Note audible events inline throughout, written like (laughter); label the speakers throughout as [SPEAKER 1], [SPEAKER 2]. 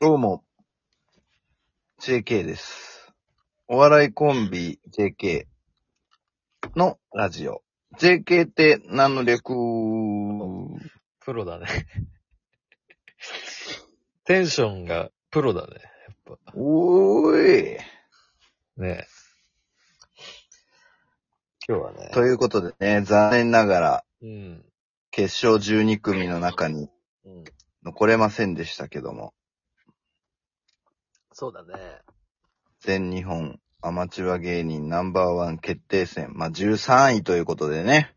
[SPEAKER 1] どうも、JK です。お笑いコンビ JK のラジオ。JK って何の略
[SPEAKER 2] プロだね。テンションがプロだね。
[SPEAKER 1] おーい。
[SPEAKER 2] ねえ今日はね。
[SPEAKER 1] ということでね、残念ながら
[SPEAKER 2] うん。
[SPEAKER 1] 決勝12組の中に
[SPEAKER 2] うん。
[SPEAKER 1] 残れませんでしたけども、
[SPEAKER 2] そうだね。
[SPEAKER 1] 全日本アマチュア芸人ナンバーワン決定戦、まあ、13位ということでね。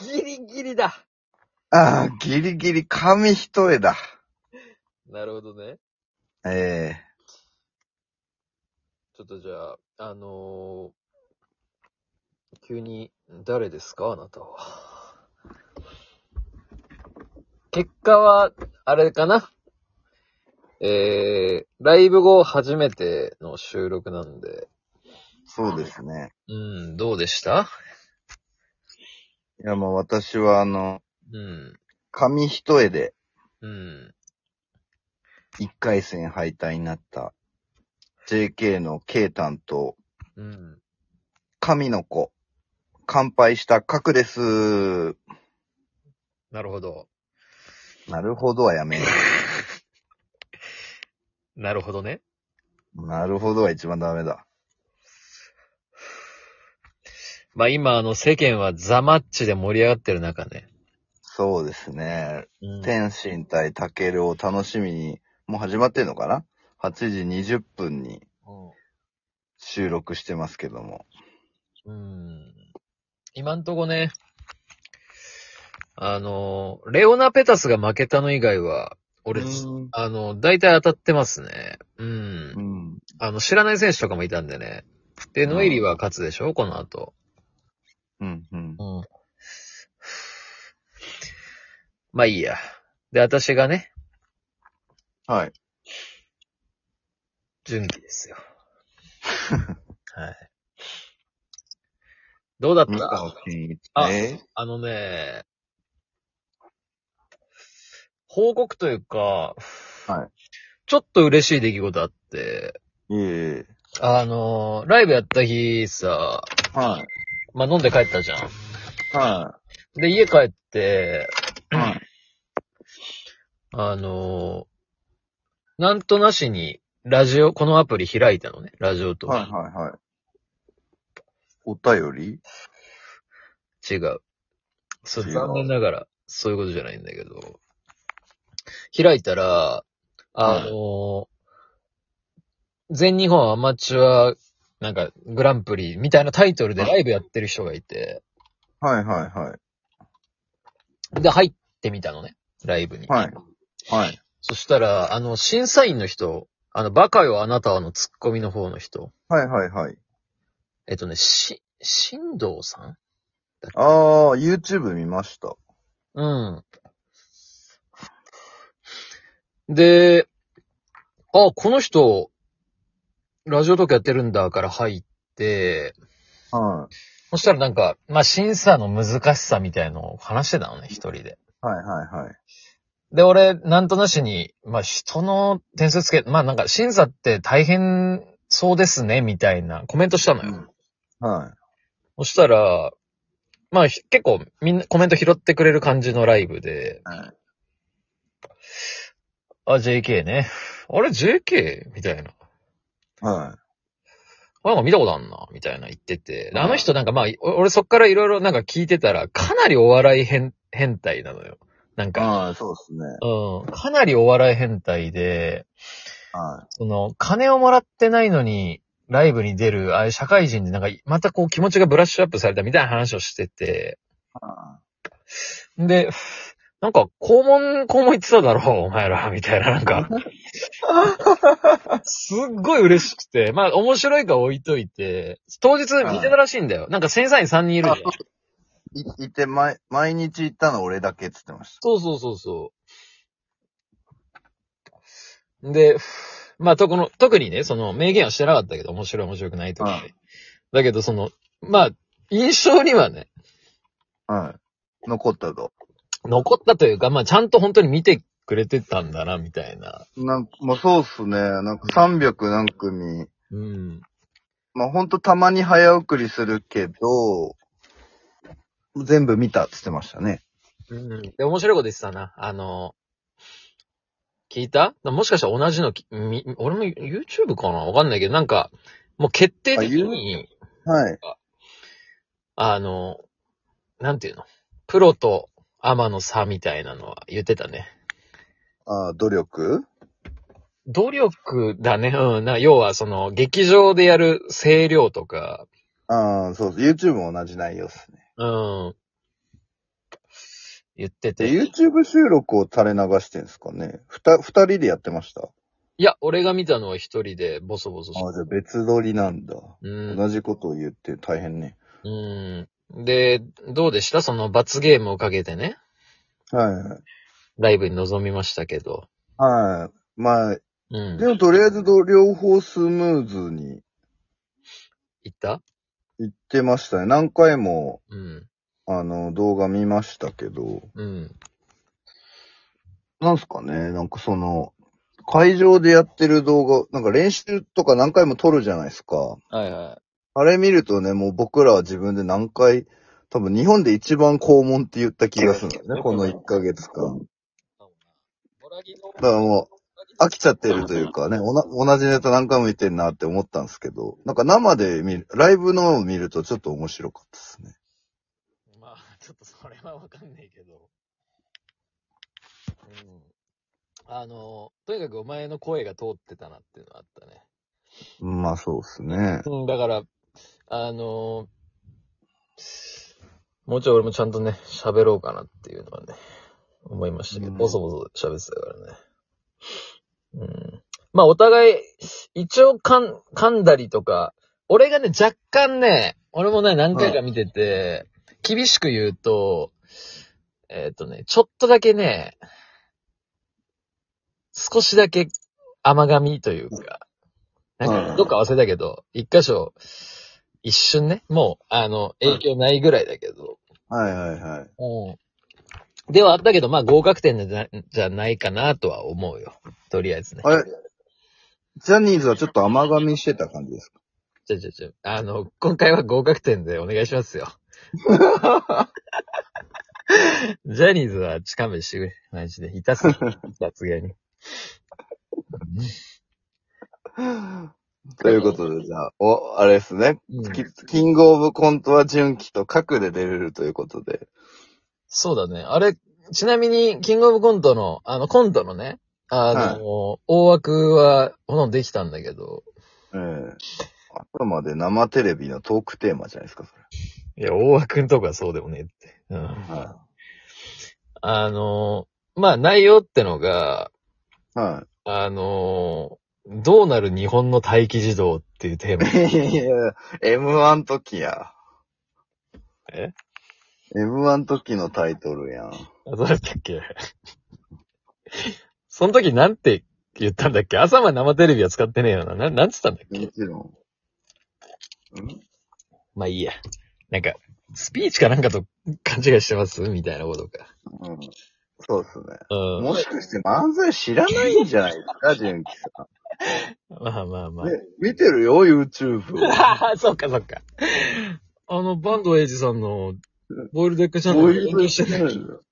[SPEAKER 2] ギリギリだ
[SPEAKER 1] ああ、ギリギリ紙一重だ。
[SPEAKER 2] なるほどね。
[SPEAKER 1] ええ
[SPEAKER 2] ちょっとじゃあ、あのー急に、誰ですかあなたは。結果は、あれかなえー、ライブ後初めての収録なんで、
[SPEAKER 1] そうですね。
[SPEAKER 2] うん、どうでした
[SPEAKER 1] いや、もう私はあの、
[SPEAKER 2] うん、
[SPEAKER 1] 紙一重で
[SPEAKER 2] うん、
[SPEAKER 1] 一回戦敗退になった JK の K 担当、
[SPEAKER 2] うん。
[SPEAKER 1] 神の子、乾杯した核です。
[SPEAKER 2] なるほど。
[SPEAKER 1] なるほどはやめよ
[SPEAKER 2] なるほどね。
[SPEAKER 1] う。なるほどは一番ダメだ。
[SPEAKER 2] まあ今、あの、世間はザマッチで盛り上がってる中ね。
[SPEAKER 1] そうですね。
[SPEAKER 2] うん
[SPEAKER 1] 天心対タケルを楽しみに、もう始まってんのかな ?8 時20分に収録してますけども。
[SPEAKER 2] うん。今んとこね、あの、レオナペタスが負けたの以外は、俺、
[SPEAKER 1] うん
[SPEAKER 2] あの、大体当たってますね。うん
[SPEAKER 1] う。ん。
[SPEAKER 2] あの、知らない選手とかもいたんでね。で、ノイリーは勝つでしょこの後。
[SPEAKER 1] うん。うん。
[SPEAKER 2] うん。まあいいや。で、私がね、
[SPEAKER 1] はい。
[SPEAKER 2] 準備です
[SPEAKER 1] (laughs)
[SPEAKER 2] よ。はい。どうだっ
[SPEAKER 1] 三
[SPEAKER 2] た
[SPEAKER 1] 河健一。
[SPEAKER 2] あ
[SPEAKER 1] え
[SPEAKER 2] あのね、報告というか、
[SPEAKER 1] はい
[SPEAKER 2] ちょっと嬉しい出来事あって、
[SPEAKER 1] いえいえ。
[SPEAKER 2] あの、ライブやった日さ、
[SPEAKER 1] は
[SPEAKER 2] まあ、飲んで帰ったじゃん。
[SPEAKER 1] い。は
[SPEAKER 2] で、家帰って、
[SPEAKER 1] い。はい。
[SPEAKER 2] あの、なんとなしに、ラジオ、このアプリ開いたのね、ラジオと。
[SPEAKER 1] はいはいはい。お便り
[SPEAKER 2] 違う。そう、
[SPEAKER 1] 違う
[SPEAKER 2] 残念ながら、そういうことじゃないんだけど。開いたら、あのー全日本アマチュア、なんか、グランプリみたいなタイトルでライブやってる人がいて、
[SPEAKER 1] はいはいはい。
[SPEAKER 2] で、入ってみたのね、ライブに。
[SPEAKER 1] はい。はい。
[SPEAKER 2] そしたら、あの、審査員の人、あの、バカよあなたはのツッコミの方の人、
[SPEAKER 1] はいはいはい。
[SPEAKER 2] えっとね、し、新藤さん
[SPEAKER 1] あー、YouTube 見ました。
[SPEAKER 2] うん。で、あ、この人、ラジオとかやってるんだから入って、
[SPEAKER 1] はい。
[SPEAKER 2] そしたらなんか、まあ、審査の難しさみたいのを話してたのね、一人で。
[SPEAKER 1] はいはいはい。
[SPEAKER 2] で、俺、なんとなしに、まあ、人の点数つけ、まあ、なんか、審査って大変そうですね、みたいなコメントしたのよ。
[SPEAKER 1] はい。
[SPEAKER 2] そしたら、まあ、ひ結構みんなコメント拾ってくれる感じのライブで、
[SPEAKER 1] はい
[SPEAKER 2] あ、JK ね。あれ JK? みたいな。
[SPEAKER 1] は
[SPEAKER 2] なんか見たことあんな、みたいな言ってて。で
[SPEAKER 1] うん
[SPEAKER 2] あの人なんかまあ、お俺そっからいろいろなんか聞いてたら、かなりお笑い変、変態なのよ。なん
[SPEAKER 1] い。
[SPEAKER 2] か、
[SPEAKER 1] はい、そうですね。
[SPEAKER 2] うん、かなりお笑い変態で、
[SPEAKER 1] は
[SPEAKER 2] その、金をもらってないのに、ライブに出る、ああいう社会人でなんか、またこう気持ちがブラッシュアップされたみたいな話をしてて、
[SPEAKER 1] い。は
[SPEAKER 2] で、なんか、肛門、肛門言ってただろう、お前ら、みたいな、なん (laughs) か、すっごい嬉しくて、まあ、面白いか置いといて、当日見てたらしいんだよ。なんか、審査員3人いるじゃん。
[SPEAKER 1] いいいて、ま、毎日行ったの俺だけっつってまし
[SPEAKER 2] そうそうそうそう。で、まあ、と、この、特にね、その、明言はしてなかったけど、面白い面白くないとか
[SPEAKER 1] う
[SPEAKER 2] ね。だけど、その、まあ、印象にはね、
[SPEAKER 1] た。はい。残ったと。
[SPEAKER 2] 残ったというか、まあ、ちゃんと本当に見てくれてたんだな、みたいな。
[SPEAKER 1] なんか、まあ、そうっすね。なんか300何組。
[SPEAKER 2] うん。
[SPEAKER 1] まあ、ほんとたまに早送りするけど、全部見たって言ってましたね。
[SPEAKER 2] うん。で、面白いこと言ってたな。あの、聞いたもしかしたら同じのき、み俺も YouTube かなわかんないけど、なんか、もう決定的に、
[SPEAKER 1] はい。
[SPEAKER 2] あの、なんていうのプロとアマの差みたいなのは言ってたね。
[SPEAKER 1] ああ、努力
[SPEAKER 2] 努力だね。うん。な要は、その、劇場でやる声量とか、
[SPEAKER 1] ああ、そうそう。YouTube も同じ内容っすね。
[SPEAKER 2] うん。言って
[SPEAKER 1] で、
[SPEAKER 2] て。
[SPEAKER 1] YouTube 収録を垂れ流してんすかねふた、二人でやってました
[SPEAKER 2] いや、俺が見たのは一人でボソボソし
[SPEAKER 1] ああ、じゃあ別撮りなんだ。
[SPEAKER 2] うん。
[SPEAKER 1] 同じことを言って大変ね。
[SPEAKER 2] うん。で、どうでしたその罰ゲームをかけてね、
[SPEAKER 1] はいはい。
[SPEAKER 2] ライブに臨みましたけど。
[SPEAKER 1] はい。まあ、
[SPEAKER 2] うん。
[SPEAKER 1] でもとりあえずど両方スムーズに
[SPEAKER 2] 行った
[SPEAKER 1] 行ってましたね。何回も、
[SPEAKER 2] うん。
[SPEAKER 1] あの、動画見ましたけど。
[SPEAKER 2] うん。
[SPEAKER 1] なんすかねなんかその、会場でやってる動画、なんか練習とか何回も撮るじゃないですか。
[SPEAKER 2] はいは
[SPEAKER 1] あれ見るとね、もう僕らは自分で何回、多分日本で一番肛門って言った気がするんだよね、この1ヶ月間。だからもう、飽きちゃってるというかね、おな同じネタ何回も見てんなって思ったんですけど、なんか生で見る、ライブのを見るとちょっと面白かったですね。
[SPEAKER 2] まあ、ちょっとそれはわかんないけど。うん。あの、とにかくお前の声が通ってたなっていうのはあったね。
[SPEAKER 1] まあそうですね。
[SPEAKER 2] うん、だから、あのもうちょい俺もちゃんとね、喋ろうかなっていうのはね、思いましたけど、
[SPEAKER 1] うん
[SPEAKER 2] ボソボソ喋ってたからね。うん。まあ、お互い、一応かん、噛んだりとか、俺がね、若干ね、俺もね、何回か見てて、厳しく言うと、えっ、とね、ちょっとだけね、少しだけ甘噛みというか、なん
[SPEAKER 1] う
[SPEAKER 2] か、
[SPEAKER 1] ん
[SPEAKER 2] どっか忘れたけど、一箇所、一瞬ね、もう、あの、影響ないぐらいだけど、
[SPEAKER 1] はいはいはい。
[SPEAKER 2] うん。ではあったけど、まあ合格点じゃじゃないかなとは思うよ。とりあえずね。
[SPEAKER 1] あれジャニーズはちょっと甘噛みしてた感じですか
[SPEAKER 2] ちょちょちょ。あの、今回は合格点でお願いします
[SPEAKER 1] (laughs)
[SPEAKER 2] よ。ジャニーズは近めしてくれ。マジで。痛すぎる。脱芸
[SPEAKER 1] (laughs)
[SPEAKER 2] に。 (laughs)
[SPEAKER 1] ということで、じゃあ、お、あれですね。
[SPEAKER 2] うん
[SPEAKER 1] キキングオブコントは純喜と核で出れるということで。
[SPEAKER 2] そうだね。あれ、ちなみに、キングオブコントの、あの、コントのね、あの、大枠は、ほとんどできたんだけど、
[SPEAKER 1] ええあくまで生テレビのトークテーマじゃないですか、そ
[SPEAKER 2] いや、大枠のとこはそうでもねえって。うん。
[SPEAKER 1] れ。は
[SPEAKER 2] あの、まあ、内容ってのが、
[SPEAKER 1] い。は
[SPEAKER 2] あのーどうなる日本の待機児童っていうテーマ。
[SPEAKER 1] い。
[SPEAKER 2] (laughs)
[SPEAKER 1] いやいやいや、M1 時や。
[SPEAKER 2] え
[SPEAKER 1] ?M1 時のタイトルやん。
[SPEAKER 2] あ、そうだったっけ (laughs) その時なんて言ったんだっけ朝まで生テレビは使ってねえよな。な、なんつったんだっけ
[SPEAKER 1] もちろん。ん
[SPEAKER 2] まあいいや。なんか、スピーチかなんかと勘違いしてますみたいなことか。
[SPEAKER 1] うん。そうですね。
[SPEAKER 2] うん。
[SPEAKER 1] もしかして漫才知らないんじゃないですか、純喜さん。
[SPEAKER 2] まあまあまあ。
[SPEAKER 1] ね、見てるよ、YouTube を。
[SPEAKER 2] (laughs) ああ、そっかそっか。あの、バンドエイジさんの、ボイルデックチャンネ
[SPEAKER 1] ボ
[SPEAKER 2] ル
[SPEAKER 1] イ
[SPEAKER 2] で
[SPEAKER 1] ル
[SPEAKER 2] 演
[SPEAKER 1] ドエ
[SPEAKER 2] 技
[SPEAKER 1] ッグチ
[SPEAKER 2] して
[SPEAKER 1] ャン
[SPEAKER 2] な
[SPEAKER 1] ネ
[SPEAKER 2] い。
[SPEAKER 1] ル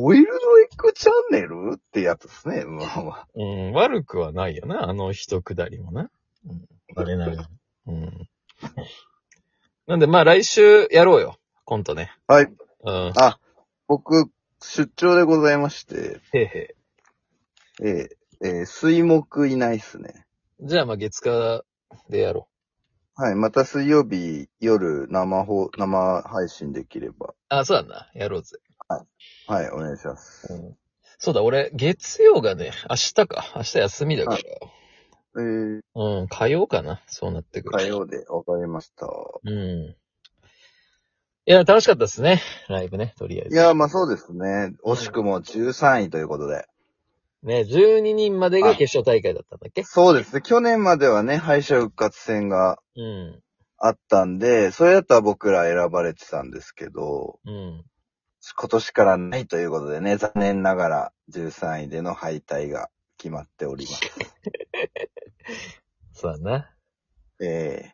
[SPEAKER 1] ボイルドエッグチャンネルってやつですね、M1 は。
[SPEAKER 2] うん、悪くはないよな、あの一くだりもな。うん、あれなりに。うん。なんで、まあ来週やろうよ、コントね。
[SPEAKER 1] はい。
[SPEAKER 2] うん。
[SPEAKER 1] あ、僕、出張でございまして、
[SPEAKER 2] へいへ
[SPEAKER 1] えーえー水木いないっすね。
[SPEAKER 2] い。じゃあまあ月火でやろ
[SPEAKER 1] はい、また水曜日夜生放、生配信できれば。
[SPEAKER 2] う。あ、そうだな。やろうぜ。
[SPEAKER 1] はい、お願いします。
[SPEAKER 2] うん。そうだ、俺、月曜がね、明日か。明日休みだから。
[SPEAKER 1] えー、
[SPEAKER 2] うん、火曜かな。そうなってくる。
[SPEAKER 1] 火。曜でわかりました。
[SPEAKER 2] うん。いや、楽しかったですね。ライブね、とりあえ
[SPEAKER 1] い
[SPEAKER 2] ず。
[SPEAKER 1] や、まあそうですね。惜しくも13位ということで。
[SPEAKER 2] ね、12人までが決勝大会だったんだっけ
[SPEAKER 1] そうですね。去年まではね、敗者復活戦が
[SPEAKER 2] うん。
[SPEAKER 1] あったんで、それだったら僕ら選ばれてたんですけど、
[SPEAKER 2] うん。
[SPEAKER 1] 今年からないということでね、残念ながら13位での敗退が決まっております。
[SPEAKER 2] そうだな。
[SPEAKER 1] え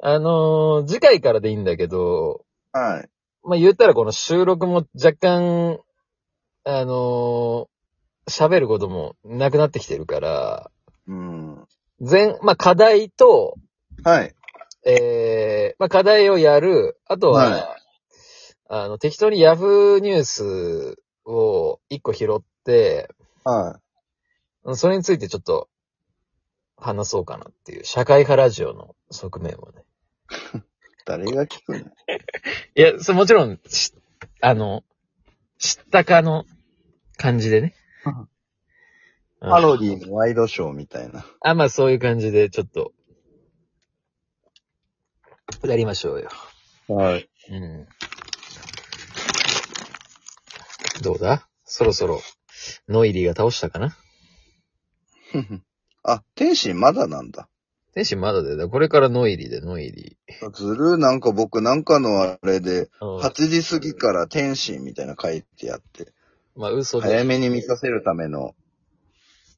[SPEAKER 2] あのー次回からでいいんだけど、
[SPEAKER 1] えはい。
[SPEAKER 2] まあ、言ったらこの収録も若干、あのー喋ることもなくなってきてるから、
[SPEAKER 1] うん。
[SPEAKER 2] 全、まあ、課題と、
[SPEAKER 1] はい。
[SPEAKER 2] えーまあ、課題をやる、あとは、
[SPEAKER 1] はい
[SPEAKER 2] あの、適当に Yahoo ニュースを一個拾って、
[SPEAKER 1] は
[SPEAKER 2] それについてちょっと話そうかなっていう、社会派ラジオの側面をね。
[SPEAKER 1] い。誰が聞くの
[SPEAKER 2] いや、そもちろん、しあの、知ったかの感じでね。
[SPEAKER 1] うん
[SPEAKER 2] うん
[SPEAKER 1] ハロディのワイドショーみたいな。
[SPEAKER 2] あ、まあそういう感じで、ちょっと、やりましょうよ。
[SPEAKER 1] はい。
[SPEAKER 2] うん。どうだそろそろ、ノイリーが倒したかな
[SPEAKER 1] (laughs) あ、天心まだなんだ。
[SPEAKER 2] 天使まだだよ。これからノイリーで、ノイリ
[SPEAKER 1] ずる、なんか僕なんかのあれで、
[SPEAKER 2] ー。
[SPEAKER 1] 8時過ぎから天心みたいなの書いてあって、
[SPEAKER 2] まあ嘘で
[SPEAKER 1] 早めに見させるための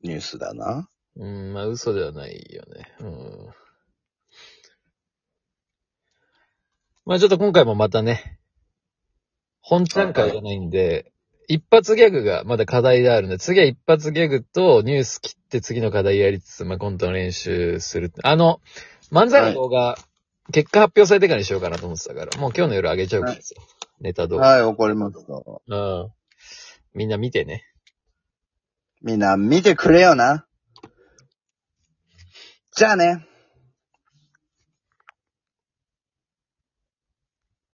[SPEAKER 1] ニュースだな。
[SPEAKER 2] うん、まあ嘘ではないよね。うん。まあちょっと今回もまたね、本ちゃん会じゃないんで、一発ギャグがまだ課題であるんで、次は一発ギャグとニュース切って次の課題やりつつ、まあコントの練習する。あの、漫才の動画、結果発表されてからにしようかなと思ってたから、もう今日の夜上げちゃうからですよ。ネタ動画。
[SPEAKER 1] はい、怒りました。
[SPEAKER 2] うん。みんな見てね。
[SPEAKER 1] みんな見てくれよな。じゃあね。